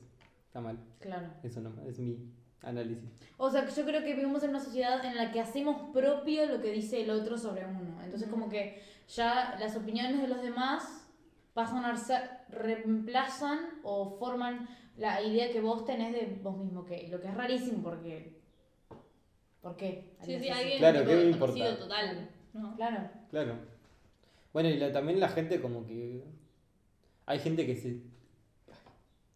S3: está mal.
S4: Claro.
S3: Eso no, es mi análisis.
S4: O sea, yo creo que vivimos en una sociedad en la que hacemos propio lo que dice el otro sobre uno. Entonces, como que ya las opiniones de los demás pasan a ser, reemplazan o forman la idea que vos tenés de vos mismo, que lo que es rarísimo porque... ¿Por qué?
S1: Sí,
S4: harías
S1: sí,
S4: eso?
S1: alguien
S3: Claro,
S1: tipo
S3: ¿qué me
S1: desconocido
S3: importa?
S1: total. ¿no?
S4: Claro.
S3: Claro. Bueno, y la- también la gente como que... Hay gente que se...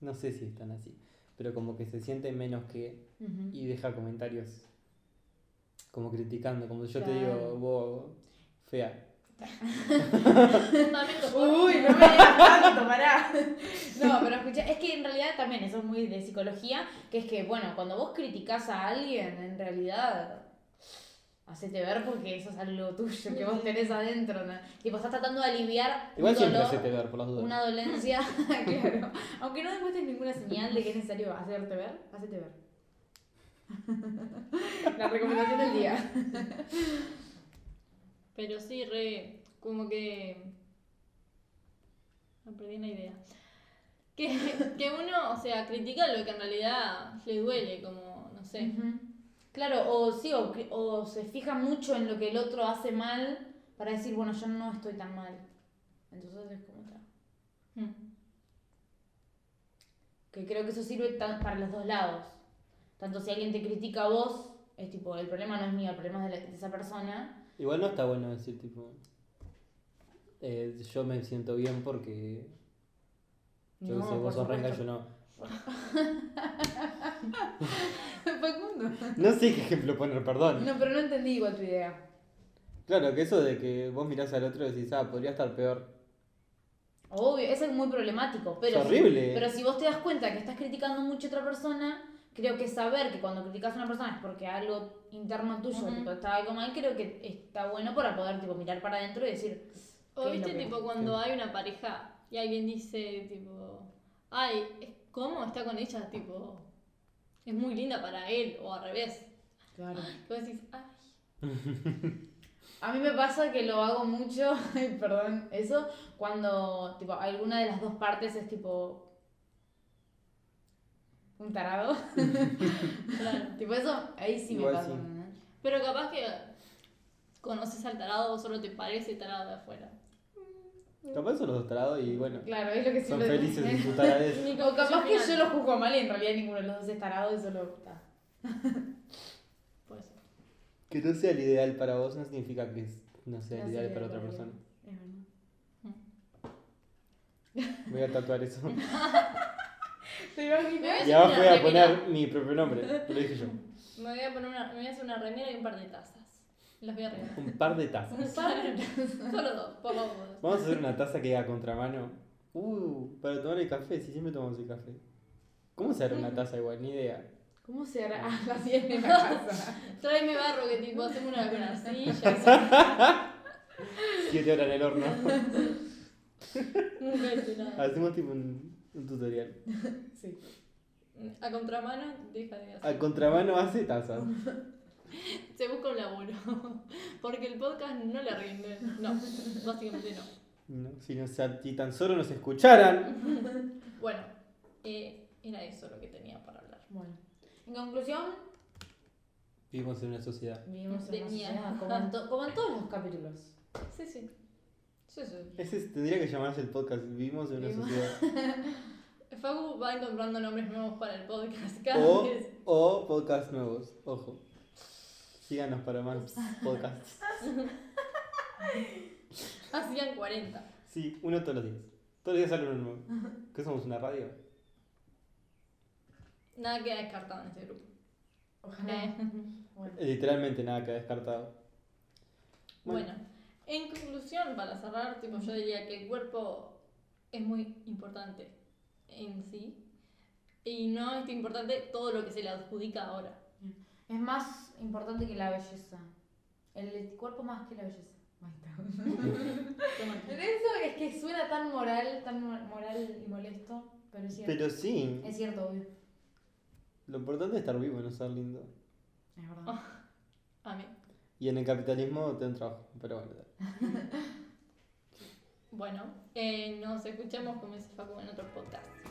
S3: No sé si están así, pero como que se siente menos que
S4: Ujú.
S3: y deja comentarios como criticando, como si yo te
S4: Claro.
S3: digo, vos, fea.
S1: No, me tocó.
S4: Uy, no me digas tanto, pará. No, pero escucha, es que en realidad también eso es muy de psicología, que es que, bueno, cuando vos criticás a alguien, en realidad, hacete ver porque eso es algo tuyo que vos tenés adentro, ¿no? Tipo, estás tratando de aliviar un
S3: Igual siempre
S4: dolor,
S3: se te ver por las dudas.
S4: una dolencia, claro. Aunque no demuestres ninguna señal de que es necesario hacerte ver, hacete ver. La recomendación del día.
S1: Pero sí, re, como que... Me perdí una idea. Que, que uno, o sea, critica lo que en realidad le duele, como, no sé.
S4: Ujú. Claro, o sí, o, cri- o se fija mucho en lo que el otro hace mal para decir, bueno, yo no estoy tan mal. Entonces es como está.
S1: Mm.
S4: Que creo que eso sirve tan- para los dos lados. Tanto si alguien te critica a vos, es tipo, el problema no es mío, el problema es de, la- de esa persona.
S3: Igual no está bueno decir tipo... eh, yo me siento bien porque... Yo
S4: No,
S3: qué sé,
S4: por
S3: vos sos renga,
S4: supuesto.
S3: yo no.
S4: Facundo.
S3: No sé qué ejemplo poner, perdón.
S4: No, pero no entendí igual tu idea.
S3: Claro, que eso de que vos mirás al otro y decís, ah, podría estar peor.
S4: Obvio, eso es muy problemático, pero...
S3: es
S4: si-
S3: horrible.
S4: Pero si vos te das cuenta que estás criticando mucho a otra persona, creo que saber que cuando criticas a una persona es porque algo interno tuyo
S1: Ujú.
S4: tipo, está algo mal, creo que está bueno para poder tipo, mirar para adentro y decir.
S1: O
S4: ¿Qué es
S1: viste,
S4: lo que-
S1: tipo, cuando hay una pareja y alguien dice, tipo, ay, es- ¿cómo está con ella? Tipo, es muy linda para él, o al revés. Y vos decís, "Ah, ay,
S4: A mí me pasa que lo hago mucho, ay, perdón, eso, cuando tipo, alguna de las dos partes es tipo. un tarado.
S1: claro.
S4: tipo, eso ahí sí
S3: Igual
S4: me pasa.
S3: sí.
S4: ¿no?
S1: Pero capaz que conoces al tarado o solo te parece tarado de afuera.
S3: Capaz son los dos tarados y bueno,
S4: Claro, es lo que
S3: son
S4: siempre.
S3: felices en su taradez.
S1: Ni
S4: O capaz que yo
S1: final.
S4: lo juzgo mal y en realidad ninguno de los dos es tarado y solo. está.
S1: Puede ser.
S3: Que no sea el ideal para vos no significa que es- no sea
S4: No
S3: el ideal
S4: sería lo
S3: para otra
S4: ideal.
S3: persona.
S4: Es verdad.
S1: Mm.
S3: Voy a tatuar eso.
S4: ¿Te imaginas?
S3: Y abajo voy a poner mi propio nombre. Lo dije yo.
S1: Me voy a poner una, me voy a hacer una remera y un par de tazas. Las voy a regalar.
S3: Un par de tazas.
S1: Un par de tazas. Solo dos, por los dos.
S3: Vamos a hacer una taza que diga contramano. Uh, para tomar el café, si siempre tomamos el café. ¿Cómo se hará una taza igual? Ni idea.
S4: ¿Cómo se hará Ah, la sien en la casa?
S1: Tráeme barro que tipo hacemos una con arcilla.
S3: Siete horas en el horno.
S1: Nunca hice nada.
S3: Hacemos tipo un, un tutorial.
S4: Sí.
S1: A contramano, deja de hacer.
S3: A contramano hace tazas.
S1: Se busca un laburo. Porque el podcast no le rinde. No, básicamente no.
S3: No, si, no, se- si tan solo nos escucharan.
S1: Bueno, eh, era eso lo que tenía para hablar.
S4: Bueno. En conclusión,
S3: Vivimos en una sociedad.
S4: vivimos
S1: De
S4: en una
S1: mierda.
S4: sociedad como en, to- como en todos los capítulos.
S1: Sí, sí. Sí, sí.
S3: Ese es- tendría que llamarse el podcast. Vivimos en una
S4: Vivimos-
S3: sociedad.
S1: Facu va encontrando nombres nuevos para el podcast cada
S3: O,
S1: vez.
S3: o podcasts nuevos. Ojo. Síganos para más podcasts.
S1: Hacían 40.
S3: Sí, uno todos los días. Todos los días sale uno nuevo. ¿Qué somos? ¿Una radio?
S1: Nada queda descartado en este grupo.
S4: Ojalá.
S1: Eh,
S4: Bueno.
S3: Literalmente nada queda descartado.
S1: bueno, en conclusión, para cerrar, tipo, yo diría que el cuerpo es muy importante en sí. Y no es importante todo lo que se le adjudica ahora.
S4: Es más importante que la belleza. El cuerpo más que la belleza. Ahí está.
S1: Toma el punto.
S4: Eso es que suena tan moral, tan mo- moral y molesto, pero es cierto.
S3: Pero sí,
S4: Es cierto, obvio.
S3: lo importante es estar vivo, no ser lindo.
S4: Es verdad.
S1: Amén.
S3: Y en el capitalismo te dan trabajo, pero bueno.
S1: Bueno, eh, nos escuchamos como dice Facu en otro podcast.